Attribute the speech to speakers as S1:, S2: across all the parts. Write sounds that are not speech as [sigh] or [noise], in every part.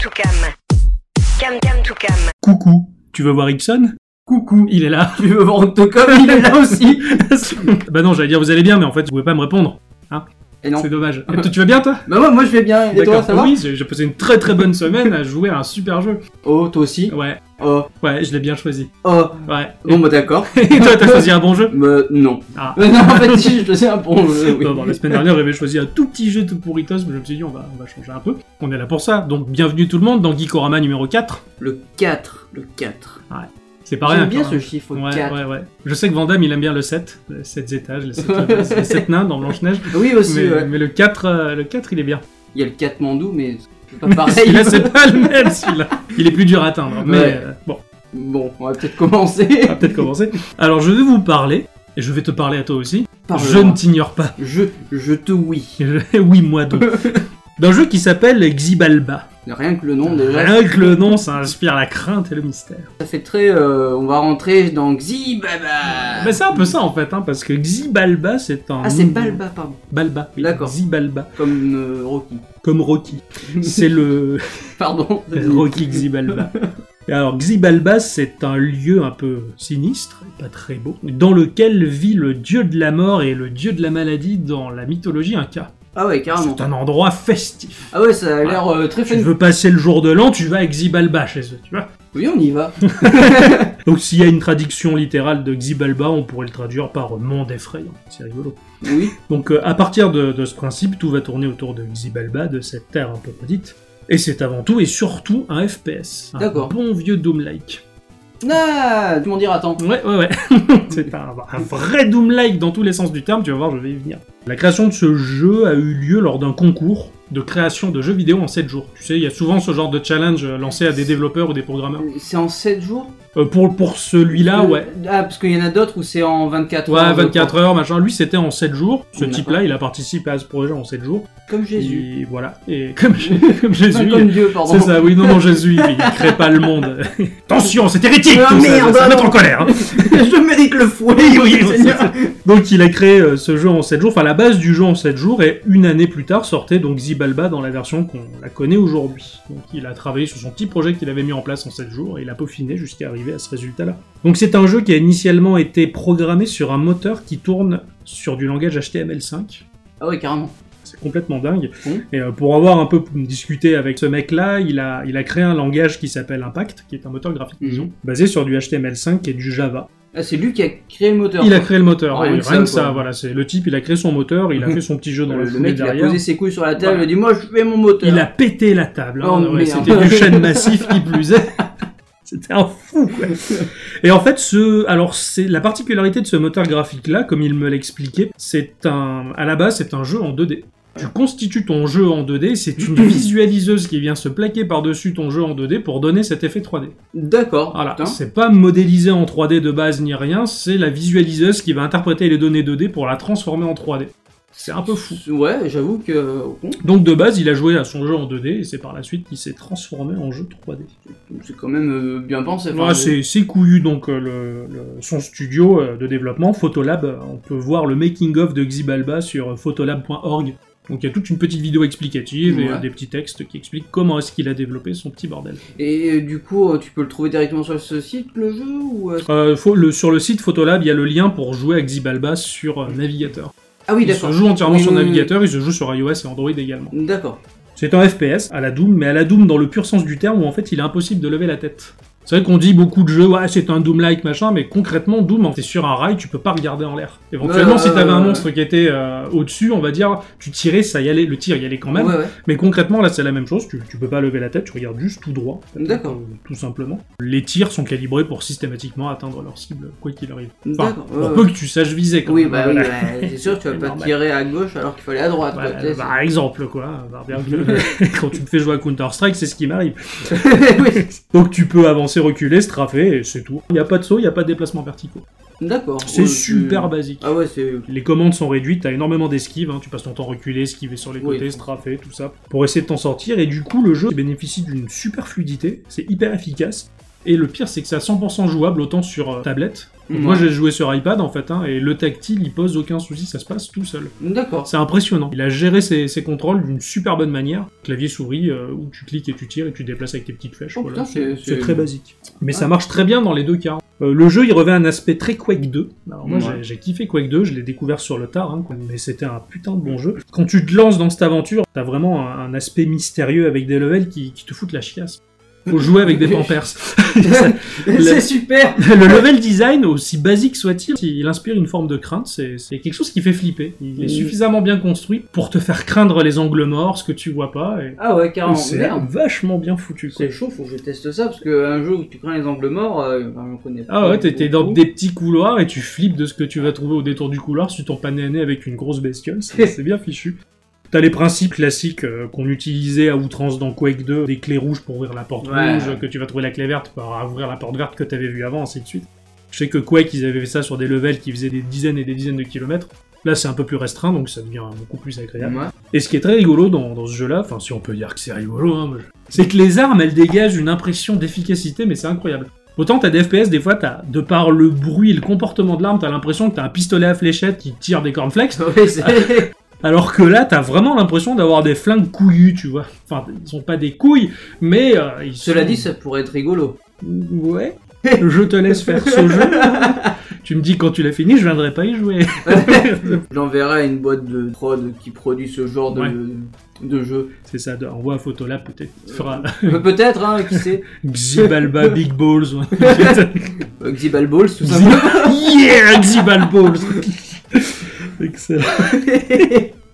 S1: to cam. Cam cam to cam.
S2: Coucou. Tu veux voir Ixon
S3: Coucou.
S2: Il est là.
S3: Tu veux voir Octocom Il est là aussi.
S2: [laughs] bah non, j'allais dire vous allez bien, mais en fait, vous pouvez pas me répondre. Hein
S3: Et non.
S2: C'est dommage. Et toi, tu vas bien, toi
S3: Bah ouais, moi je vais bien. Et toi, ça va
S2: Oui, j'ai j'ai passé une très très bonne semaine à jouer à un super jeu.
S3: Oh, toi aussi.
S2: Ouais,
S3: Oh,
S2: ouais, je l'ai bien choisi.
S3: oh. [laughs]
S2: Ouais.
S3: Bon, bah d'accord.
S2: Et toi, t'as choisi un bon jeu
S3: Bah non.
S2: Ah.
S3: Mais [laughs] non, en fait, si, je
S2: [laughs]
S3: faisais un bon jeu, Euh, oui.
S2: Bon, bon, la semaine dernière, j'avais choisi un tout petit jeu tout pourritos, mais je me suis dit, on va, on va changer un peu. On est là pour ça. Donc, bienvenue tout le monde dans Geekorama numéro 4.
S3: Le 4. Le 4.
S2: C'est pareil.
S3: J'aime bien
S2: encore,
S3: ce
S2: hein.
S3: chiffre
S2: Ouais,
S3: 4.
S2: ouais, ouais. Je sais que Vandam, il aime bien le 7, les 7 étages, les 7,
S3: [laughs]
S2: les 7 nains dans Blanche-Neige.
S3: Oui, aussi,
S2: Mais,
S3: ouais.
S2: mais le 4, euh, le 4, il est
S3: [laughs]
S2: bien.
S3: Il y a le Katmandou, mais
S2: [laughs]
S3: c'est pas pareil.
S2: Celui-là, c'est pas le même, celui-là. Il est plus dur à atteindre. Mais
S3: Ouais.
S2: euh, bon,
S3: Bon, on va peut-être commencer.
S2: on va peut-être commencer. Alors, je vais vous parler, et je vais te parler à toi aussi. [laughs] Je ne
S3: Parle-moi.
S2: t'ignore pas.
S3: Je, je te oui.
S2: [laughs] oui, moi
S3: [laughs]
S2: donc. D'un jeu qui s'appelle Xibalba.
S3: Rien que le nom, déjà,
S2: Rien que le nom, ça inspire la crainte et le mystère.
S3: ça fait très. euh, on va rentrer dans Xibaba.
S2: Mais c'est un peu ça en fait, hein, parce que Xibalba, c'est un.
S3: Ah, c'est Balba, pardon.
S2: Balba, oui.
S3: D'accord.
S2: Xibalba,
S3: Comme euh, Rocky.
S2: comme
S3: [laughs]
S2: Rocky. C'est le.
S3: Pardon.
S2: Rocky Xibalba. Et [laughs] Alors Xibalba, c'est un lieu un peu sinistre, et pas très beau, dans lequel vit le dieu de la mort et le dieu de la maladie dans la mythologie inca.
S3: Ah ouais, carrément.
S2: C'est un endroit
S3: [laughs]
S2: festif.
S3: Ah ouais, ça a l'air euh, très
S2: Tu
S3: fun.
S2: veux passer le jour de l'an, tu vas à Xibalba chez eux, tu vois.
S3: Oui, on
S2: [laughs]
S3: y va.
S2: Donc s'il y a une traduction littérale de Xibalba, on pourrait le traduire par monde effrayant. C'est rigolo.
S3: Oui.
S2: Donc euh, à partir de, de ce principe, tout va tourner autour de Xibalba, de cette terre un peu petite. Et c'est avant tout et surtout un FPS. Un
S3: D'accord.
S2: bon vieux Doom-like.
S3: Ah, tout le monde dira attends.
S2: Ouais, ouais, [laughs] ouais. c'est un, un vrai Doom-like dans tous les sens du terme, tu vas voir, je vais y venir. La création de ce jeu a eu lieu lors d'un concours de création de jeux vidéo en 7 jours. Tu sais, il y a souvent ce genre de challenge euh, lancé à des développeurs ou des programmeurs.
S3: C'est en 7 jours
S2: Euh, pour pour celui-là,
S3: Euh,
S2: ouais.
S3: Ah, parce qu'il y en a d'autres où c'est en 24
S2: Ouais,
S3: heures. je
S2: 24
S3: crois.
S2: heures, machin. Lui, c'était en 7 jours. Ce
S3: D'accord.
S2: type-là, il a participé à ce projet en 7 jours.
S3: Comme Jésus.
S2: Et voilà. Et [laughs] comme, comme Jésus.
S3: Enfin,
S2: il-
S3: comme Dieu, pardon.
S2: C'est ça, oui, non, non, Jésus, il, il crée pas le monde. [laughs] Attention, c'est hérétique
S3: Ah,
S2: tout ça, ça
S3: merde,
S2: va
S3: ah,
S2: mettre
S3: non.
S2: en colère hein.
S3: [laughs] je mérite le fouet,
S2: Oui, oui, oui,
S3: Seigneur.
S2: Donc il a créé euh, ce jeu en 7 jours, enfin la base du jeu en 7 jours, et une année plus tard sortait donc Zibalba dans la version qu'on la connaît aujourd'hui. Donc il a travaillé sur son petit projet qu'il avait mis en place en 7 jours, et il a peaufiné jusqu'à arriver à ce résultat-là. Donc c'est un jeu qui a initialement été programmé sur un moteur qui tourne sur du langage HTML5.
S3: Ah ouais, carrément.
S2: C'est complètement dingue.
S3: Mhm.
S2: Et euh, pour avoir un peu discuté avec ce mec-là, il a, il a créé un langage qui s'appelle Impact, qui est un moteur graphique
S3: Mhm.
S2: basé sur du HTML5 et du Java.
S3: Ah, c'est lui qui a créé le moteur.
S2: Il a créé le moteur,
S3: Ouais,
S2: oui,
S3: rien que
S2: rien que
S3: ça,
S2: ça,
S3: quoi.
S2: voilà, c'est le type, il a créé son moteur,
S3: [laughs]
S2: il a fait son petit jeu dans
S3: le,
S2: la
S3: le
S2: foulée
S3: mec il a
S2: derrière.
S3: posé ses couilles sur la table,
S2: Voilà.
S3: il a dit Moi je fais mon moteur.
S2: Il a pété la table, hein,
S3: Oh,
S2: ouais,
S3: merde.
S2: c'était
S3: [laughs]
S2: du chêne massif qui plus est. [laughs] C'était un fou, quoi. Et en fait, ce, alors c'est la particularité de ce moteur graphique-là, comme il me l'expliquait, c'est un, à la base, c'est un jeu en 2D. Tu constitues ton jeu en 2D, c'est
S3: [clears throat]
S2: une visualiseuse qui vient se plaquer par-dessus ton jeu en 2D pour donner cet effet 3D.
S3: D'accord.
S2: Voilà,
S3: putain.
S2: c'est pas modélisé en 3D de base ni rien, c'est la visualiseuse qui va interpréter les données 2D pour la transformer en 3D. C'est un peu fou.
S3: Ouais, j'avoue que. au fond,
S2: Donc de base, il a joué à son jeu en 2D et c'est par la suite qu'il s'est transformé en jeu 3D.
S3: C'est quand même euh, bien pensé. enfin,
S2: Ouais, c'est c'est couillu donc euh, le, le- son studio euh, de développement Photolab. euh, On peut voir le making of de Xibalba sur euh, photolab.org. Donc il y a toute une petite vidéo explicative et euh,
S3: Ouais.
S2: des petits textes qui expliquent comment est-ce qu'il a développé son petit bordel.
S3: Et euh, du coup, euh, tu peux le trouver directement sur ce site, le jeu ou, euh,
S2: Euh, faut- le- sur le site Photolab, il y a le lien pour jouer à Xibalba sur euh, navigateur.
S3: Ah oui,
S2: il se
S3: d'accord.
S2: joue entièrement
S3: Oui,
S2: sur
S3: oui, oui.
S2: navigateur, il se joue sur iOS et Android également.
S3: D'accord.
S2: C'est un FPS à la Doom, mais à la Doom dans le pur sens du terme où en fait il est impossible de lever la tête. C'est vrai qu'on dit beaucoup de jeux, ouais, c'est un Doom-like machin, mais concrètement, Doom, hein, t'es sur un rail, tu peux pas regarder en l'air. Éventuellement,
S3: Ouais,
S2: si t'avais un
S3: ouais,
S2: monstre qui était euh, au-dessus, on va dire, tu tirais, ça y allait, le tir y allait quand même.
S3: Ouais, ouais.
S2: Mais concrètement, là, c'est la même chose, tu, tu peux pas lever la tête, tu regardes juste tout droit.
S3: D'accord.
S2: euh, Tout simplement. Les tirs sont calibrés pour systématiquement atteindre leur cible, quoi qu'il arrive. Enfin,
S3: D'accord. ouais,
S2: Pour
S3: ouais.
S2: peu que tu saches viser quand
S3: Oui,
S2: même.
S3: bah
S2: voilà.
S3: oui, bah, [laughs] c'est bah, sûr, tu vas
S2: C'est
S3: pas
S2: normal.
S3: tirer à gauche alors qu'il fallait à droite. quoi,
S2: Voilà,
S3: tu sais, c'est-
S2: Bah, par exemple, quoi. Par bien que- [laughs] Quand tu me fais jouer à Counter-Strike, c'est ce qui m'arrive.
S3: [laughs] Oui,
S2: Donc tu peux avancer, reculer, strafer, et c'est tout. Il n'y a pas de saut, il n'y a pas de déplacement verticaux.
S3: D'accord.
S2: C'est
S3: Ouais,
S2: super
S3: tu-
S2: basique.
S3: Ah ouais, c'est.
S2: Les commandes sont réduites, t'as énormément d'esquives, hein, tu passes ton temps reculer, esquiver sur les
S3: Oui.
S2: côtés, strafer, tout ça, pour essayer de t'en sortir, et du coup le jeu bénéficie d'une super fluidité, c'est hyper efficace, Et le pire, c'est que c'est à 100% jouable autant sur euh, tablette. Donc
S3: Ouais.
S2: Moi, j'ai joué sur iPad en fait, hein, et le tactile, il pose aucun souci, ça se passe tout seul.
S3: D'accord.
S2: C'est impressionnant. Il a géré ses, ses contrôles d'une super bonne manière. Clavier souris euh, où tu cliques et tu tires et tu déplaces avec tes petites flèches.
S3: Oh,
S2: voilà.
S3: putain, c'est-
S2: C'est
S3: c'est-
S2: très basique. Mais
S3: Ah.
S2: ça marche très bien dans les deux cas. Euh, le jeu, il revêt un aspect très Quake 2. Alors moi,
S3: Ouais.
S2: j'ai- j'ai kiffé Quake 2, je l'ai découvert sur le tard, hein, quoi. mais c'était un putain de bon jeu. Quand tu te lances dans cette aventure, t'as vraiment un, un aspect mystérieux avec des levels qui, qui te foutent la chiasse. Faut jouer avec
S3: [laughs]
S2: des [laughs] pampers.
S3: [laughs] c'est super.
S2: [laughs] le level design, aussi basique soit-il, il inspire une forme de crainte. C'est c'est quelque chose qui fait flipper. Il est
S3: Mm.
S2: suffisamment bien construit pour te faire craindre les angles morts, ce que tu vois pas. Et...
S3: Ah ouais, carrément.
S2: C'est
S3: Merde.
S2: vachement bien foutu. quoi.
S3: C'est chaud, faut que je teste ça parce qu'un jeu où tu prends les angles morts, euh, ben, j'en connais
S2: Ah ouais,
S3: pas
S2: t'es t'es dans
S3: beaucoup.
S2: des petits couloirs et tu flippes de ce que tu vas trouver au détour du couloir si tu tombes pas nez à nez avec une grosse bestiole. [laughs] C'est c'est bien fichu. T'as les principes classiques euh, qu'on utilisait à outrance dans Quake 2, des clés rouges pour ouvrir la porte
S3: Ouais.
S2: rouge, que tu vas trouver la clé verte pour ouvrir la porte verte que t'avais vue avant, ainsi de suite. Je sais que Quake, ils avaient fait ça sur des levels qui faisaient des dizaines et des dizaines de kilomètres. Là, c'est un peu plus restreint, donc ça devient beaucoup plus agréable.
S3: Ouais.
S2: Et ce qui est très rigolo dans, dans ce jeu-là, enfin si on peut dire que c'est rigolo, hein, moi, je- c'est que les armes, elles dégagent une impression d'efficacité, mais c'est incroyable. Autant t'as des FPS, des fois t'as, de par le bruit et le comportement de l'arme, t'as l'impression que t'as un pistolet à fléchette qui tire des cornflakes,
S3: [laughs] Ouais, c'est-
S2: alors que là t'as vraiment l'impression d'avoir des flingues couillues, tu vois. Enfin, ils sont pas des couilles, mais euh, ils
S3: Cela
S2: sont-
S3: dit, ça pourrait être rigolo.
S2: Ouais. [laughs] Je te laisse faire ce jeu. [laughs] tu me dis quand tu l'as fini, je viendrai pas y jouer.
S3: J'enverrai à une boîte de prod qui produit ce genre de,
S2: Ouais.
S3: de jeu.
S2: c'est ça, envoie un photo là peut-être. Tu feras
S3: Euh, Peut-être, hein, qui [laughs] sait.
S2: Xibalba Big Balls.
S3: [laughs] Euh, Xibal Balls, tout
S2: Xi-
S3: simplement.
S2: [laughs] yeah, Xibal Balls. Excellent.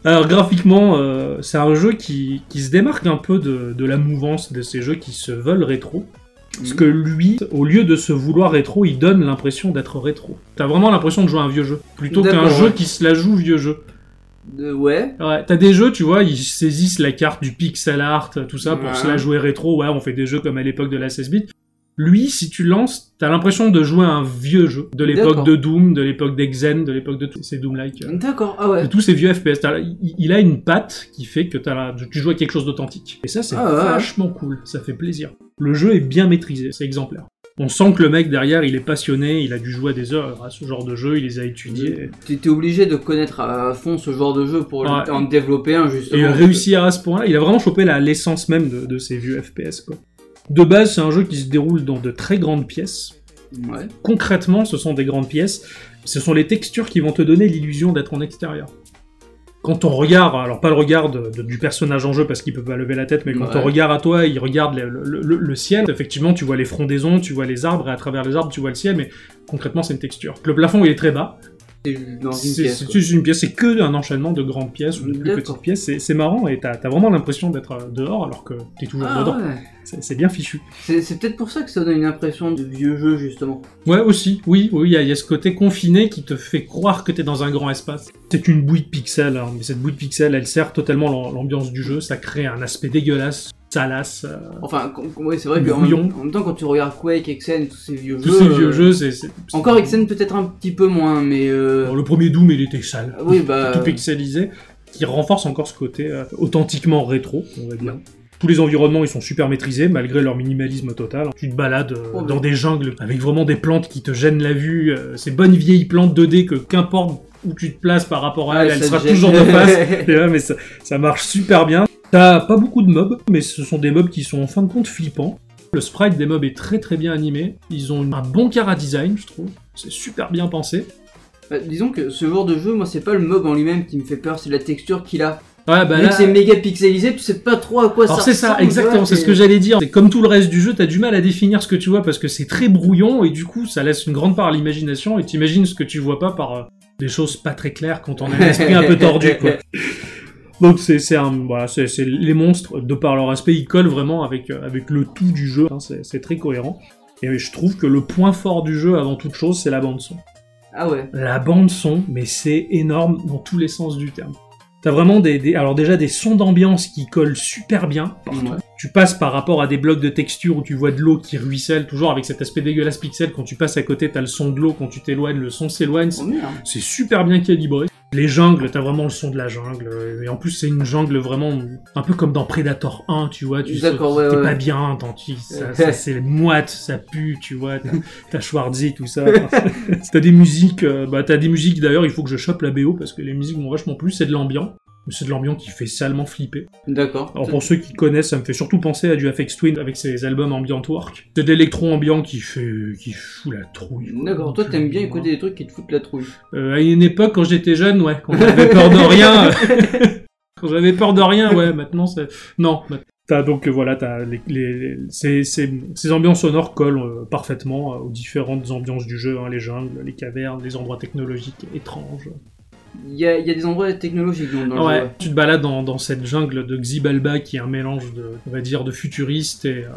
S2: Alors graphiquement, euh, c'est un jeu qui, qui se démarque un peu de, de la mouvance de ces jeux qui se veulent rétro. Parce que
S3: Mm.
S2: lui, au lieu de se vouloir rétro, il donne l'impression d'être rétro. T'as vraiment l'impression de jouer à un vieux jeu, plutôt qu'un
S3: D'accord,
S2: jeu
S3: ouais.
S2: qui se la joue vieux jeu.
S3: Euh, ouais.
S2: Ouais, t'as des jeux, tu vois, ils saisissent la carte du pixel art, tout ça, pour
S3: Ouais.
S2: se la jouer rétro. Ouais, on fait des jeux comme à l'époque de la 16 bits. Lui, si tu lances, t'as l'impression de jouer à un vieux jeu. De l'époque
S3: D'accord.
S2: de Doom, de l'époque d'Exen, de l'époque de tous ces Doom-like. euh,
S3: D'accord, ah
S2: De
S3: ouais.
S2: tous ces vieux FPS. T'as- il- Il a une patte qui fait que t'as la- tu joues à quelque chose d'authentique. Et ça, c'est
S3: Ah ouais.
S2: vachement cool. Ça fait plaisir. Le jeu est bien maîtrisé, c'est exemplaire. On sent que le mec derrière, il est passionné, il a dû jouer à des heures à ce genre de jeu, il les a étudiés.
S3: T'es t'es obligé de connaître à fond ce genre de jeu pour
S2: Ouais.
S3: en développer un, justement.
S2: Et réussir à ce point-là, il a vraiment chopé la- l'essence même de, de ces vieux FPS. Quoi. De base, c'est un jeu qui se déroule dans de très grandes pièces.
S3: Ouais.
S2: Concrètement, ce sont des grandes pièces. Ce sont les textures qui vont te donner l'illusion d'être en extérieur. Quand ton regard, alors pas le regard de- de- du personnage en jeu parce qu'il peut pas lever la tête, mais quand
S3: Ouais.
S2: ton regard à toi, il regarde le, le- le- le ciel, effectivement, tu vois les frondaisons, tu vois les arbres, et à travers les arbres, tu vois le ciel, mais concrètement, c'est une texture. Le plafond, il est très bas,
S3: T'es dans une
S2: c'est
S3: pièce.
S2: c'est
S3: quoi.
S2: juste une pièce, c'est que un enchaînement de grandes pièces ou de plus
S3: D'accord.
S2: petites pièces. C'est- C'est marrant et t'as t'as vraiment l'impression d'être euh, dehors alors que t'es toujours
S3: Ah
S2: dedans.
S3: ouais.
S2: C'est c'est bien fichu.
S3: C'est c'est peut-être pour ça que ça donne une impression de vieux jeu, justement.
S2: Ouais, aussi, oui, oui, il y, a- il y a ce côté confiné qui te fait croire que t'es dans un grand espace. C'est une bouille de pixels, hein, mais cette bouille de pixels, elle sert totalement l'am- l'ambiance du jeu. Ça crée un aspect dégueulasse, salace. euh,
S3: Enfin, com- com- ouais, c'est vrai qu'en
S2: Brouillon.
S3: en même temps, quand tu regardes Quake, Exen, tous ces vieux
S2: tous
S3: jeux.
S2: ces vieux
S3: euh,
S2: jeux, c'est. c'est-
S3: Encore Exen peut-être un petit peu moins, mais. euh,
S2: Bon, le premier Doom, il était sale.
S3: Oui, bah.
S2: tout pixelisé, qui renforce encore ce côté euh, authentiquement rétro, on va dire.
S3: Ouais.
S2: Tous les environnements, ils sont super maîtrisés, malgré leur minimalisme total. Tu te balades euh,
S3: Oh, mais-
S2: dans des jungles avec vraiment des plantes qui te gênent la vue, euh, ces bonnes vieilles plantes 2D que qu'importe où tu te places par rapport à elle,
S3: ouais,
S2: elle
S3: ça
S2: sera
S3: te gêne.
S2: toujours de
S3: [laughs]
S2: face. Et ouais, mais ça, ça marche super bien. T'as pas beaucoup de mobs, mais ce sont des mobs qui sont en fin de compte flippants. Le sprite des mobs est très très bien animé. Ils ont un bon cara design, je trouve. C'est super bien pensé.
S3: Bah, disons que ce genre de jeu, moi, c'est pas le mob en lui-même qui me fait peur, c'est la texture qu'il a.
S2: Ouais, bah
S3: Vu
S2: là-
S3: que c'est méga pixelisé, tu sais pas trop à quoi
S2: Alors
S3: ça
S2: c'est ça,
S3: ressemble,
S2: exactement,
S3: ouais,
S2: c'est ce
S3: et-
S2: que j'allais dire. C'est comme tout le reste du jeu, t'as du mal à définir ce que tu vois parce que c'est très brouillon et du coup ça laisse une grande part à l'imagination et t'imagines ce que tu vois pas par euh, des choses pas très claires quand on a un esprit un peu tordu
S3: [laughs]
S2: quoi. Donc c'est c'est un voilà, c'est c'est- les monstres de par leur aspect ils collent vraiment avec euh, avec le tout du jeu, hein, c'est c'est très cohérent. Et je trouve que le point fort du jeu avant toute chose c'est la bande son
S3: Ah ouais.
S2: la bande son, mais c'est énorme dans tous les sens du terme. T'as vraiment des, des- alors déjà des sons d'ambiance qui collent super bien.
S3: Ouais.
S2: Tu passes par rapport à des blocs de texture où tu vois de l'eau qui ruisselle, toujours avec cet aspect dégueulasse pixel. Quand tu passes à côté, t'as le son de l'eau. Quand tu t'éloignes, le son s'éloigne.
S3: Oh merde.
S2: C'est super bien calibré. Les jungles, t'as vraiment le son de la jungle. euh, Et en plus, c'est une jungle vraiment un peu comme dans Predator 1, tu vois. Tu sais, t'es
S3: D'accord, ouais, ouais.
S2: pas bien, tant pis. Ça, ça, c'est moite, ça pue, tu vois. T'as- T'as Schwarzy, tout ça. Enfin, t'as des musiques, euh, bah t'as des musiques d'ailleurs. Il faut que je chope la BO parce que les musiques vont vachement plus. C'est de l'ambiant. Mais C'est de l'ambiant qui fait salement flipper.
S3: D'accord.
S2: Alors pour ceux qui connaissent, ça me fait surtout penser à du Aphex Twin avec ses albums ambient work. C'est de l'électro ambiant qui fait, qui fout la trouille. quoi.
S3: D'accord, toi t'aimes bien
S2: Ouais.
S3: écouter des trucs qui te foutent la trouille.
S2: Euh, à une époque, quand j'étais jeune, ouais, quand j'avais peur de rien. [laughs] euh, quand j'avais peur de rien, ouais, maintenant c'est. Non. ma- T'as donc, euh, voilà, t'as les, les- les- ces, ces- ces ambiances sonores collent euh, parfaitement euh, aux différentes ambiances du jeu, hein, les jungles, les cavernes, les endroits technologiques étranges.
S3: Il y a, il y a des endroits technologiques dans, dans le
S2: Ouais,
S3: jeu.
S2: tu te balades dans, dans cette jungle de Xibalba qui est un mélange de, on va dire, de futuriste et, euh,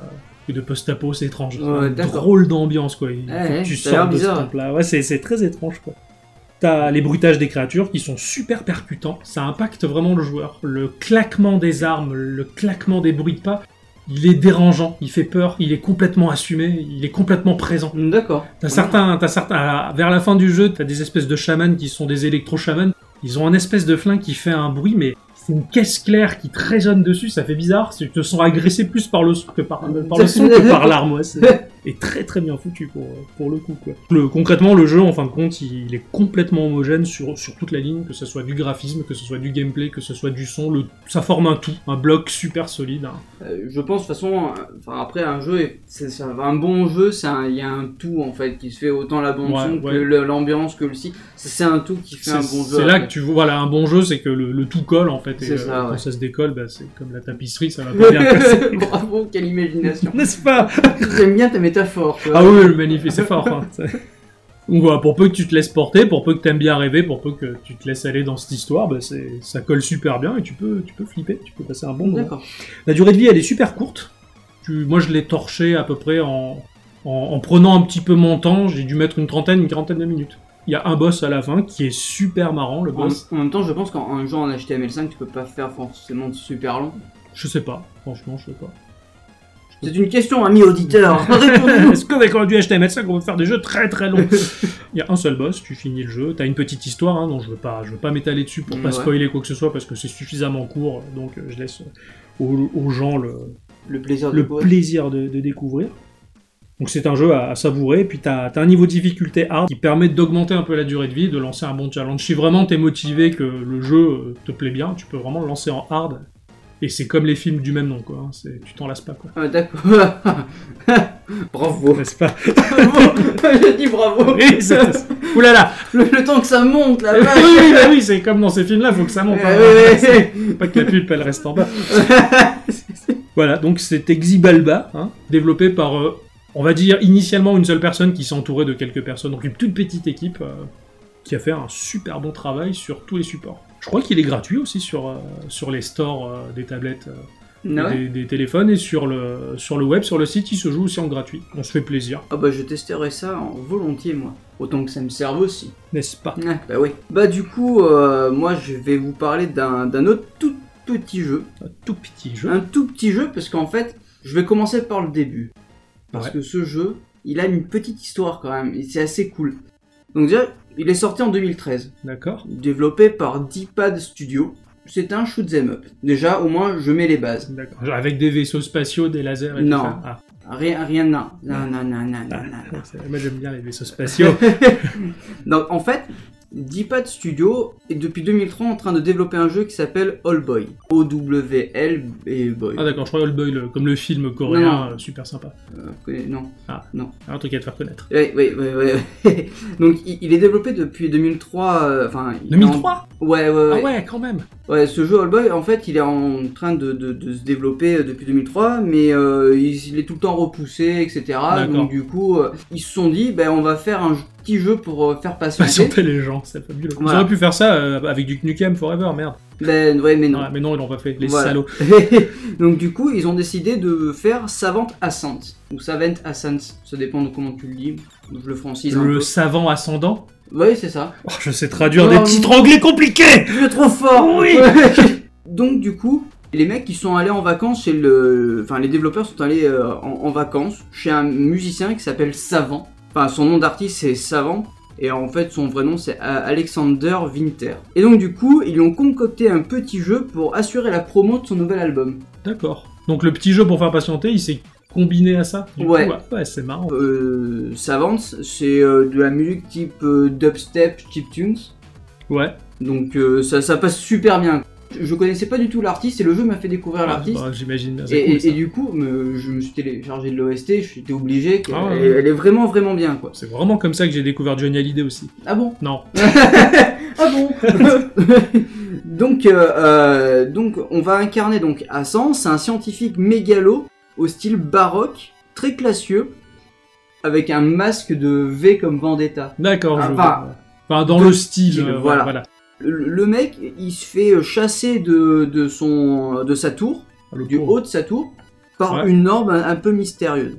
S2: et de post-apo, c'est étrange.
S3: Ouais,
S2: Un
S3: d'accord.
S2: drôle d'ambiance, quoi. Il
S3: Ouais,
S2: faut que
S3: ouais,
S2: tu
S3: ça a l'air
S2: sors de ce
S3: bizarre.
S2: temple-là. Ouais, c'est, c'est très étrange, quoi. T'as les bruitages des créatures qui sont super percutants, ça impacte vraiment le joueur. Le claquement des armes, le claquement des bruits de pas, il est dérangeant, il fait peur, il est complètement assumé, il est complètement présent.
S3: D'accord.
S2: T'as certains, t'as certains, à la- vers la fin du jeu, t'as des espèces de chamans qui sont des électro-chamans. Ils ont un espèce de flingue qui fait un bruit, mais c'est une caisse claire qui te résonne dessus, ça fait bizarre. Tu te sens agressé plus par le son que par, par le son que par l'arme, ouais. c'est- est très très bien foutu pour, pour le coup. Quoi. Le, concrètement, le jeu, en fin de compte, il, il est complètement homogène sur, sur toute la ligne, que ce soit du graphisme, que ce soit du gameplay, que ce soit du son, le, ça forme un tout, un bloc super solide. hein.
S3: Euh, je pense de toute façon, euh, enfin après un jeu, est- c'est ça- un bon jeu, c'est un- il y a un tout en fait qui se fait autant la bande son
S2: Ouais, ouais.
S3: que le- l'ambiance que le site. C'est- C'est un tout qui fait un
S2: C'est
S3: bon jeu.
S2: c'est là
S3: après.
S2: que tu vois, voilà, un bon jeu, c'est que le, le tout colle en fait, et
S3: C'est
S2: euh,
S3: ça,
S2: quand
S3: ouais.
S2: ça se décolle, bah, c'est comme la tapisserie, ça va pas
S3: [laughs]
S2: bien passer.
S3: Bravo, quelle imagination.
S2: N'est-ce pas
S3: J'aime bien ta métaphore. quoi.
S2: Ah oui, le magnifique, c'est fort.
S3: [laughs]
S2: hein. C'est- Donc voilà, pour peu que tu te laisses porter, pour peu que t'aimes bien rêver, pour peu que tu te laisses aller dans cette histoire, bah, c'est- ça colle super bien et tu peux, tu peux flipper, tu peux passer un bon moment.
S3: D'accord.
S2: La durée de vie, elle est super courte. Tu- moi, je l'ai torché à peu près en, en- en prenant un petit peu mon temps. J'ai dû mettre une trentaine, une quarantaine de minutes. Il y a un boss à la fin qui est super marrant, le
S3: En,
S2: boss.
S3: en même temps, je pense qu'en un jeu en HTML5, tu peux pas faire forcément de super long.
S2: Je sais pas, franchement, je sais pas.
S3: C'est une question,
S2: [laughs]
S3: ami auditeur. Répondez-nous.
S2: Est-ce qu'avec du HTML5, on peut faire des jeux très très longs Il y a un seul boss, tu finis le jeu. T'as une petite histoire, hein, donc je veux pas, je veux pas m'étaler dessus pour pas
S3: Ouais.
S2: spoiler quoi que ce soit parce que c'est suffisamment court. Donc euh, je laisse aux- aux gens le,
S3: Le plaisir de
S2: le
S3: poète.
S2: plaisir de, de découvrir. Donc c'est un jeu à, à savourer, puis t'as as un niveau de difficulté hard qui permet d'augmenter un peu la durée de vie, de lancer un bon challenge. Si vraiment t'es motivé que le jeu euh, te plaît bien, tu peux vraiment le lancer en hard. Et c'est comme les films du même nom, quoi. hein, c'est- tu t'en lasses pas, quoi.
S3: Ah, D'accord. [laughs] bravo.
S2: N'est-ce pas [laughs]
S3: bravo. [laughs] je dis bravo.
S2: Oui, c'est- c'est- Ouh là là
S3: Le, le temps que ça monte
S2: Oui,
S3: là. [laughs]
S2: oui, bah oui, c'est comme dans ces films-là, faut que ça monte. hein. Faut pas que la pulpe, elle reste en bas. Voilà, donc c'est Exibalba, hein, développé par, euh, on va dire, initialement une seule personne qui s'entourait de quelques personnes, donc une toute petite équipe euh, qui a fait un super bon travail sur tous les supports. Je crois qu'il est gratuit aussi sur, euh, sur les stores euh, des tablettes, euh,
S3: Non.
S2: des, des téléphones et sur le, sur le web, sur le site, il se joue aussi en gratuit. On se fait plaisir,
S3: Ah bah je testerai ça en volontiers moi. Autant que ça me serve aussi.
S2: n'est-ce pas
S3: Ah, bah oui. Bah du coup, euh, moi je vais vous parler d'un d'un autre tout petit jeu.
S2: Un tout petit jeu.
S3: Un tout petit jeu parce qu'en fait, je vais commencer par le début. Parce
S2: Ouais.
S3: que ce jeu, il a une petite histoire quand même. Et c'est assez cool. Donc déjà, il est sorti en 2013.
S2: D'accord
S3: Développé par D-Pad Studio. C'est un shoot 'em up. Déjà, au moins, je mets les bases.
S2: D'accord. Genre Avec des vaisseaux spatiaux, des lasers et
S3: Non.
S2: tout ça. Ah,
S3: Rien, rien, non. Non, non, non, non, non, non, non.
S2: c'est- moi j'aime bien les vaisseaux spatiaux.
S3: [laughs] Donc en fait, D-Pad Studio est depuis 2003 en train de développer un jeu qui s'appelle All Boy. O-W-L et Boy.
S2: ah d'accord, je crois Old Boy, le- comme le film coréen,
S3: Non.
S2: euh, super sympa.
S3: Euh, connais- non.
S2: Un truc à te faire connaître.
S3: Oui, oui, oui, oui, oui. [laughs] Donc il, il est développé depuis 2003. euh, Enfin. il est en-
S2: 2003
S3: Ouais, ouais, ouais.
S2: Ah ouais, quand même.
S3: Ouais, ce jeu All Boy, en fait, il est en train de, de- de se développer euh, depuis 2003, mais euh, il, il est tout le temps repoussé, etc.
S2: D'accord.
S3: Donc du coup, euh, ils se sont dit, ben on va faire un petit jeu pour euh, faire [laughs] patienter.
S2: Patienter les gens, c'est fabuleux. Ils
S3: Voilà.
S2: auraient pu faire ça euh, avec du Knukem Forever, merde.
S3: ben ouais, mais non.
S2: Ouais, mais non, ils l'ont pas fait, les
S3: Voilà.
S2: salauds.
S3: [laughs] Donc du coup, ils ont décidé de faire Savant Ascent, ou Savant Ascent, ça dépend de comment tu le dis, je le francise un
S2: Le savant ascendant
S3: peu. Ouais, c'est ça.
S2: Oh, Je sais traduire des
S3: Non.
S2: titres anglais compliqués
S3: Je suis trop fort
S2: Oui.
S3: [laughs] Donc du coup, les mecs qui sont allés en vacances chez le... Enfin, les développeurs sont allés euh, en, en vacances chez un musicien qui s'appelle Savant. Enfin, son nom d'artiste c'est Savant. Et en fait, son vrai nom, c'est euh, Alexander Winter. Et donc, du coup, ils lui ont concocté un petit jeu pour assurer la promo de son nouvel album.
S2: D'accord. Donc le petit jeu pour faire patienter, il s'est combiné à ça. Du
S3: Ouais.
S2: coup, bah, ouais, c'est marrant.
S3: Euh, Savant, c'est euh, de la musique type euh, dubstep, chiptunes.
S2: Ouais.
S3: Donc, euh, ça, ça passe super bien. Je connaissais pas du tout l'artiste et le jeu m'a fait découvrir
S2: Ah,
S3: l'artiste.
S2: bah, J'imagine. bien,
S3: Et,
S2: c'est cool,
S3: et-
S2: ça.
S3: et du coup, me- je me suis téléchargé de l'OST, j'étais obligé. qu'elle-
S2: Ah ouais.
S3: elle, elle est vraiment, vraiment bien, quoi.
S2: C'est vraiment comme ça que j'ai découvert Johnny Hallyday aussi.
S3: Ah bon
S2: Non.
S3: Ah bon [laughs] donc, euh, euh, donc, on va incarner donc Hassan, c'est un scientifique mégalo au style baroque, très classieux, avec un masque de V comme Vendetta.
S2: D'accord.
S3: Ah,
S2: je-
S3: bah.
S2: Enfin, dans
S3: De
S2: le style.
S3: style,
S2: euh,
S3: voilà.
S2: voilà.
S3: Le, le mec, il se fait chasser de, de son, de sa tour,
S2: Ah, le
S3: du
S2: con.
S3: haut de sa tour, par
S2: Ouais.
S3: une orbe un- un peu mystérieuse.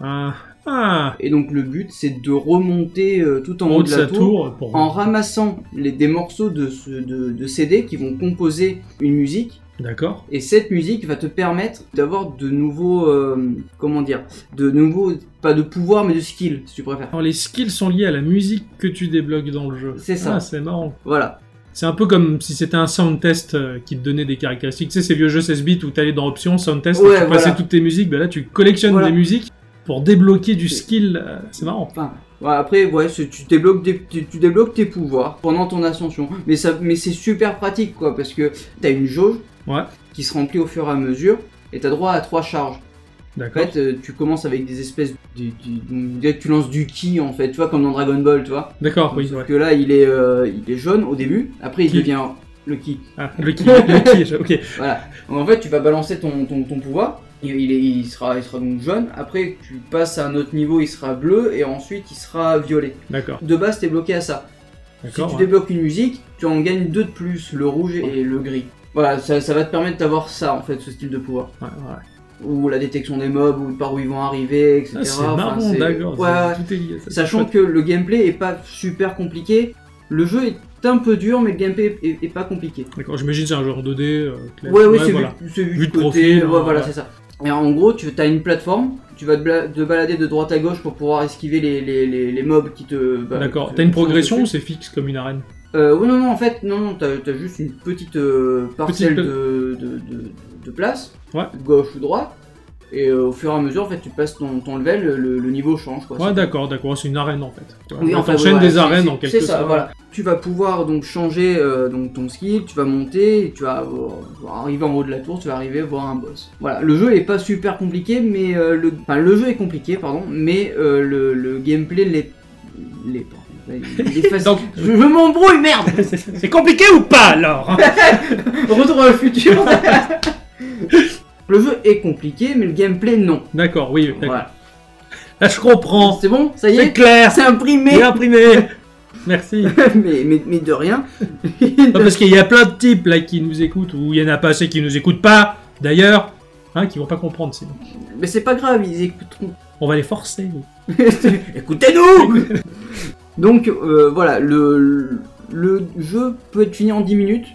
S2: Ah. Ah.
S3: Et donc le but c'est de remonter euh, tout en
S2: En
S3: haut
S2: de
S3: de la
S2: sa
S3: tour,
S2: tour. Pour...
S3: en ramassant les, des morceaux de, ce- de, de CD qui vont composer une musique.
S2: D'accord.
S3: Et cette musique va te permettre d'avoir de nouveaux, euh, comment dire, de nouveaux, pas de pouvoir mais de skills si tu préfères.
S2: Alors les skills sont liés à la musique que tu débloques dans le jeu.
S3: C'est ça.
S2: Ah, c'est marrant.
S3: Voilà.
S2: C'est un peu comme si c'était un sound test euh, qui te donnait des caractéristiques. Tu sais, ces vieux jeux 16 bits où t'allais dans options, sound test,
S3: Ouais,
S2: et tu passais
S3: voilà.
S2: toutes tes musiques. Ben là, tu collectionnes
S3: Voilà.
S2: des musiques pour débloquer du skill. euh, C'est marrant.
S3: Enfin, ouais, après ouais, c'est- tu débloques, des, tu, tu débloques tes pouvoirs pendant ton ascension. Mais ça, mais c'est super pratique quoi parce que t'as une jauge
S2: Ouais.
S3: qui se remplit au fur et à mesure et t'as droit à trois charges. En
S2: D'accord.
S3: fait, euh, tu commences avec des espèces de, de- de- tu lances du ki en fait, tu vois comme dans Dragon Ball, tu vois.
S2: D'accord, Ah oui.
S3: Sauf
S2: ouais.
S3: que là, il est euh, il est jaune au début, après il
S2: Ki.
S3: devient le ki.
S2: Ah, le qui, le
S3: [laughs]
S2: qui, ok.
S3: Donc, en fait, tu vas balancer ton, ton, ton pouvoir, il, il est- il sera il sera donc jaune, après tu passes à un autre niveau, il sera bleu et ensuite il sera violet.
S2: D'accord,
S3: De base, t'es bloqué à ça. Si
S2: d'accord.
S3: tu
S2: ouais.
S3: débloques une musique, tu en gagnes deux de plus, le rouge et le gris. Voilà, ça, ça va te permettre d'avoir ça en fait, ce style de pouvoir.
S2: Ouais, ouais.
S3: Ou la détection des mobs, ou par où ils vont arriver, etc.
S2: Ah, c'est
S3: Enfin,
S2: marrant,
S3: c'est-
S2: d'accord.
S3: Ouais, ouais.
S2: Tout est lié. ça, c'est
S3: Sachant
S2: chouette.
S3: que le gameplay est pas super compliqué, le jeu est un peu dur, mais le gameplay est, est pas compliqué.
S2: D'accord, j'imagine que c'est un genre 2D. euh, clair.
S3: Ouais, oui, c'est
S2: voilà.
S3: vu, c'est vu
S2: Vu
S3: de
S2: de
S3: côté,
S2: profil,
S3: ouais,
S2: hein,
S3: voilà,
S2: ouais.
S3: c'est ça. Et en gros, tu as une plateforme, tu vas te, bla- te balader de droite à gauche pour pouvoir esquiver les, les, les, les mobs qui te. bah,
S2: D'accord.
S3: te-
S2: T'as une
S3: te foncent
S2: progression ou
S3: dessus.
S2: c'est fixe comme une arène
S3: euh, Oui, non, non, en fait, non, non, t'as as juste une petite euh, parcelle
S2: Petite pla-
S3: de, de, de, de place,
S2: Ouais.
S3: gauche ou droite. Et euh, au fur et à mesure, en fait, tu passes ton, ton level, le, le niveau change. Quoi,
S2: Ouais,
S3: Bah, C'est-
S2: d'accord, d'accord. C'est une arène en fait. Ouais,
S3: Oui,
S2: on
S3: enfin,
S2: t'enchaîne
S3: voilà,
S2: des
S3: c'est-
S2: arènes
S3: c'est-
S2: en quelque
S3: C'est
S2: sorte.
S3: ça, voilà. Tu vas pouvoir donc changer euh, donc ton skill, tu vas monter, tu vas euh, arriver en haut de la tour, tu vas arriver voir un boss. Voilà, le jeu est pas super compliqué, mais euh, le, enfin, le jeu est compliqué, pardon, mais euh, le, le gameplay l'est, l'est pas.
S2: [laughs]
S3: Il est
S2: [laughs]
S3: facile.
S2: Donc-
S3: je, je m'embrouille,
S2: [laughs]
S3: merde.
S2: C'est- c'est compliqué ou pas alors
S3: [laughs]
S2: hein
S3: Retour à le futur. [laughs] le jeu est compliqué, mais le gameplay non.
S2: D'accord, oui. d'accord.
S3: Voilà.
S2: Là, je comprends.
S3: C'est bon, ça y
S2: C'est
S3: est,
S2: clair.
S3: c'est imprimé.
S2: [laughs] C'est imprimé.
S3: [laughs]
S2: Merci. Non,
S3: mais, mais, mais de rien.
S2: parce qu'il y a plein de types là qui nous écoutent ou il y en a pas assez qui nous écoutent pas d'ailleurs, hein, qui vont pas comprendre sinon.
S3: Mais c'est pas grave, ils écouteront.
S2: On va les forcer. nous.
S3: Écoutez-nous [laughs] Donc euh, voilà, le, le jeu peut être fini en 10 minutes,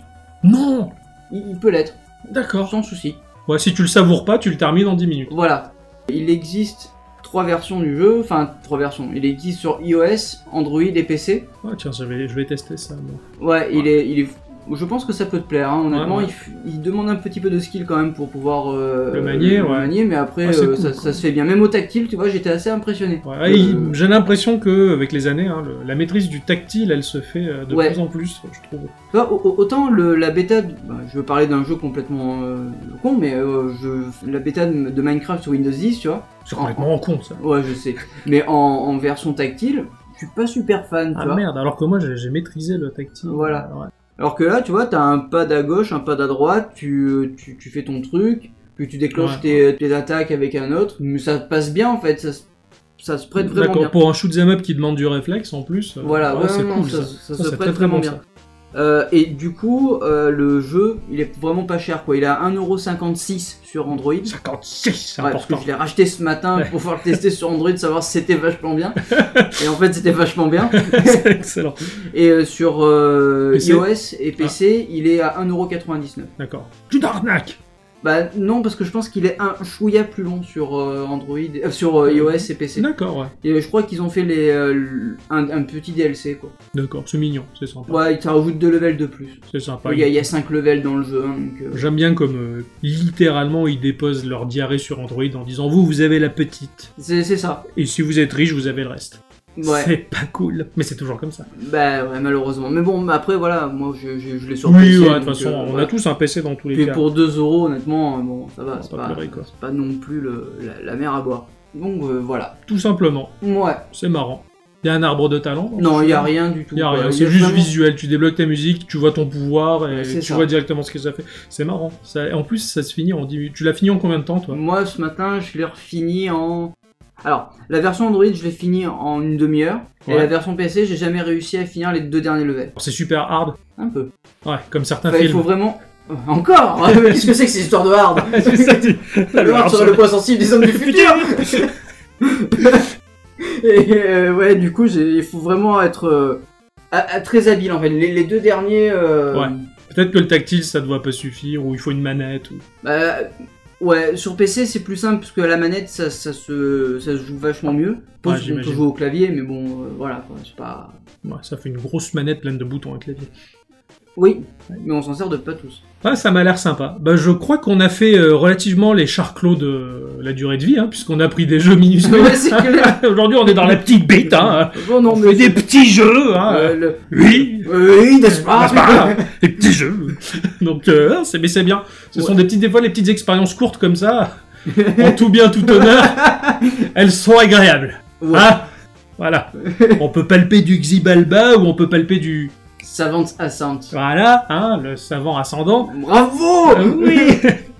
S2: Non.
S3: il, il peut l'être,
S2: D'accord.
S3: sans souci.
S2: Ouais, si tu le savoures pas, tu le termines en 10 minutes.
S3: Voilà. Il existe trois versions du jeu, enfin trois versions. Il existe sur iOS, Android et PC.
S2: Ouais, tiens, je vais, je vais tester ça. moi.
S3: Ouais, il est. Il est je pense que ça peut te plaire, hein, honnêtement.
S2: Ouais, ouais.
S3: Il f- Il, demande un petit peu de skill quand même pour pouvoir euh,
S2: Le manier, ouais.
S3: manier, mais après
S2: Ouais, c'est
S3: euh,
S2: cool,
S3: ça,
S2: quoi.
S3: ça se fait bien. Même au tactile, tu vois, j'étais assez impressionné.
S2: Ouais,
S3: Euh,
S2: il- J'ai l'impression que avec les années, hein, le- la maîtrise du tactile, elle se fait euh, de
S3: Ouais.
S2: plus en plus, je trouve.
S3: Tu vois, au- au- autant le- la bêta, de- bah, je veux parler d'un jeu complètement euh, con, mais euh, je, la bêta de, de Minecraft sur Windows 10, tu vois,
S2: C'est complètement en con ça.
S3: ouais, je sais, mais en, en version tactile, je suis pas super fan, tu
S2: Ah
S3: vois.
S2: merde, alors que moi j'ai j'ai maîtrisé le tactile. Euh,
S3: Voilà.
S2: Ouais.
S3: Alors que là, tu vois, t'as un pad à gauche, un pad à droite, tu, euh, tu, tu fais ton truc, puis tu déclenches
S2: Ouais.
S3: tes, tes attaques avec un autre, mais ça passe bien en fait, ça, se- ça se prête vraiment
S2: D'accord,
S3: bien.
S2: pour un shoot'em up qui demande du réflexe en plus. euh,
S3: Voilà,
S2: ouais,
S3: ouais,
S2: c'est
S3: non,
S2: cool
S3: ça,
S2: ça. Ça,
S3: ça se
S2: c'est
S3: prête
S2: très, très
S3: vraiment
S2: bon,
S3: bien.
S2: ça.
S3: Euh, et du coup, euh, le jeu, il est vraiment pas cher quoi, il est à 1,56€ sur Android.
S2: 56, c'est
S3: Ouais, parce que
S2: important.
S3: je l'ai racheté ce matin
S2: Ouais.
S3: pour pouvoir le tester sur
S2: [laughs]
S3: Android, savoir si c'était vachement bien. et en fait, c'était vachement bien.
S2: c'est [laughs] excellent.
S3: Et euh, sur euh,
S2: PC. Ah.
S3: iOS et PC, il est à 1,99€.
S2: D'accord. Tu t'arnaques
S3: Bah non, parce que je pense qu'il est un chouïa plus long sur euh, Android, euh, sur euh, iOS et PC.
S2: D'accord, ouais.
S3: Et je crois qu'ils ont fait les, euh, l- un, un petit DLC quoi.
S2: D'accord, c'est mignon, c'est sympa.
S3: Ouais, ils te rajoutent deux levels de plus.
S2: C'est sympa.
S3: Il y, a, il y a cinq levels dans le jeu, hein, donc. euh,
S2: J'aime bien comme euh, littéralement ils déposent leur diarrhée sur Android en disant vous vous avez la petite
S3: C'est c'est ça.
S2: et si vous êtes riche vous avez le reste.
S3: Ouais.
S2: C'est pas cool, mais c'est toujours comme ça.
S3: Bah ouais, malheureusement. Mais bon, mais après voilà, moi je, je, je l'ai sur
S2: oui,
S3: PC,
S2: ouais, de toute
S3: donc,
S2: façon
S3: euh,
S2: on
S3: voilà.
S2: a tous un PC dans tous les
S3: Puis
S2: cas.
S3: pour 2 euros, honnêtement, euh, bon, ça
S2: On
S3: va,
S2: va
S3: c'est
S2: pas
S3: pas,
S2: pleurer, quoi.
S3: c'est pas non plus le- la, la mer à boire. Donc euh, voilà.
S2: Tout simplement,
S3: Ouais.
S2: c'est marrant. Il y a un arbre de talent. dans
S3: Non,
S2: ce
S3: il y a
S2: jeu
S3: rien du tout.
S2: Il y a
S3: quoi.
S2: rien,
S3: Y
S2: c'est juste
S3: vraiment-
S2: visuel. Tu débloques ta musique, tu vois ton pouvoir et
S3: Ouais, c'est
S2: tu
S3: ça.
S2: vois directement ce que ça fait. C'est marrant. Ça- En plus, ça se finit en 10 minutes. Tu l'as fini en combien de temps, toi
S3: Moi, ce matin, je l'ai refini en. Alors, la version Android, je l'ai fini en une demi-heure. Et
S2: Ouais.
S3: la version PC, j'ai jamais réussi à finir les deux derniers levels.
S2: Alors, C'est super hard.
S3: Un peu.
S2: Ouais, comme certains
S3: Enfin, Bah, il
S2: films.
S3: faut vraiment. Encore [laughs] Qu'est-ce que c'est que cette histoire de hard
S2: [laughs] C'est ça, tu-
S3: [laughs] Le hard sera le point sensible des hommes du [laughs] futur Et euh, ouais, du coup, j'ai- il faut vraiment être euh, à- à- très habile en fait. Les, les deux derniers. euh,
S2: Ouais. Peut-être que le tactile, ça ne doit pas suffire, ou il faut une manette. Ou...
S3: bah, ouais, sur PC, c'est plus simple parce que la manette, ça, ça se, ça se joue vachement mieux.
S2: Ouais,
S3: Parce qu'on peut
S2: j'imagine.
S3: jouer au clavier, mais bon, euh, voilà, quoi, c'est pas.
S2: Ouais, ça fait une grosse manette pleine de boutons à clavier.
S3: Oui, mais on s'en sert de pas tous. [laughs]
S2: Ah, ça m'a l'air sympa. Bah, je crois qu'on a fait euh, relativement les charclos de euh, la durée de vie, hein, puisqu'on a pris des jeux
S3: [laughs]
S2: minuscules.
S3: Ouais, c'est clair.
S2: [laughs] Aujourd'hui, on est dans la petite bête. Hein.
S3: Bon, non,
S2: on
S3: mais.
S2: fait des petits jeux. Hein.
S3: euh, le-
S2: Oui,
S3: Oui, n'est-ce pas
S2: N'est-ce
S3: [laughs]
S2: pas des petits jeux. Donc, euh, c'est mais c'est bien. Ce
S3: Ouais.
S2: sont des petites, des fois, les petites expériences courtes comme
S3: [laughs]
S2: ça, en tout bien, tout honneur, elles sont agréables.
S3: Ouais,
S2: Hein voilà. on peut palper du Xibalba ou on peut palper du
S3: Savant Ascent.
S2: voilà, hein, le savant ascendant.
S3: Bravo
S2: Euh, oui.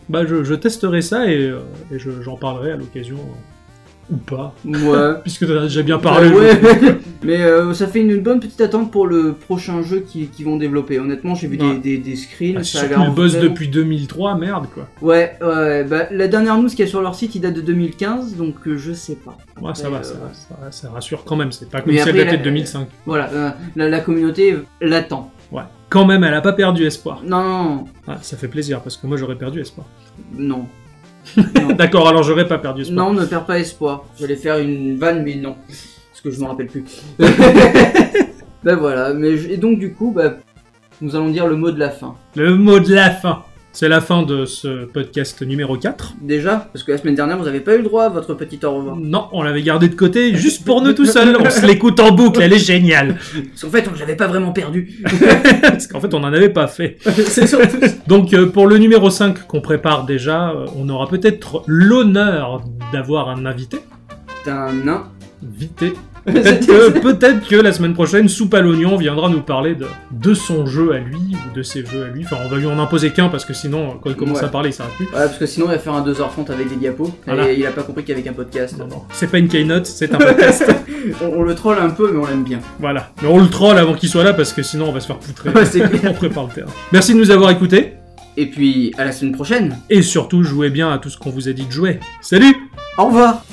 S2: bah, je, je testerai ça et, euh, et je- j'en parlerai à l'occasion. euh, Ou pas,
S3: Ouais.
S2: puisque t'en as déjà bien parlé.
S3: Euh, ouais. [laughs] Mais euh, ça fait une bonne petite attente pour le prochain jeu qu'ils qu'ils vont développer. Honnêtement, j'ai vu
S2: Ouais.
S3: des, des, des screens.
S2: Ah,
S3: ça a
S2: surtout
S3: l'air
S2: le buzz
S3: vraiment-
S2: depuis 2003, merde quoi.
S3: Ouais, ouais. Bah, la dernière news qu'il y a sur leur site, il date de 2015, donc euh, je sais pas.
S2: Ouais, ça va,
S3: Après, euh,
S2: ça,
S3: ouais.
S2: ça va, ça rassure quand même. C'est pas comme
S3: Mais
S2: si elle
S3: après,
S2: datait de
S3: la-
S2: 2005.
S3: Voilà, euh, la, la communauté l'attend.
S2: Ouais. Quand même, elle a pas perdu espoir.
S3: Non, non,
S2: Ah, ça fait plaisir parce que moi j'aurais perdu espoir.
S3: non.
S2: [laughs] D'accord, alors j'aurais pas perdu espoir.
S3: Non, ne perds pas espoir. J'allais faire une vanne, mais non. Parce que je me
S2: [laughs]
S3: rappelle plus. ben voilà, mais je- et donc du coup, bah, nous allons dire le mot de la fin.
S2: Le mot de la fin. C'est la fin de ce podcast numéro 4.
S3: Déjà, parce que la semaine dernière, vous n'avez pas eu le droit à votre petit au revoir.
S2: Non, on l'avait gardé de côté juste pour
S3: [laughs]
S2: nous tout seuls. On se l'écoute en boucle, elle est géniale. [laughs]
S3: Parce qu'en fait, on l'avait pas vraiment perdu.
S2: Parce qu'en fait, on n'en avait pas fait.
S3: [laughs] C'est surtout ça.
S2: Donc euh, pour le numéro 5 qu'on prépare déjà, euh, on aura peut-être l'honneur d'avoir un invité.
S3: T'es un [laughs] nain.
S2: Vité. Peut-être
S3: [laughs]
S2: que, peut-être que la semaine prochaine, Soupe à l'oignon viendra nous parler de, de son jeu à lui, ou de ses jeux à lui. Enfin, on va lui en imposer qu'un parce que sinon, euh, quand il commence
S3: Ouais.
S2: à parler, il s'arrête plus.
S3: Ouais, parce que sinon, il va faire un 2h30 avec des diapos.
S2: Voilà.
S3: Et il a pas compris qu'avec un podcast.
S2: Non, non, c'est pas une keynote, c'est un podcast.
S3: [laughs] On, on le troll un peu, mais on l'aime bien.
S2: voilà. Mais on le troll avant qu'il soit là parce que sinon, on va se faire poutrer. [laughs]
S3: Ouais, c'est clair.
S2: on prépare le terrain. Merci de nous avoir écoutés.
S3: Et puis, à la semaine prochaine.
S2: Et surtout, jouez bien à tout ce qu'on vous a dit de jouer. Salut
S3: Au revoir.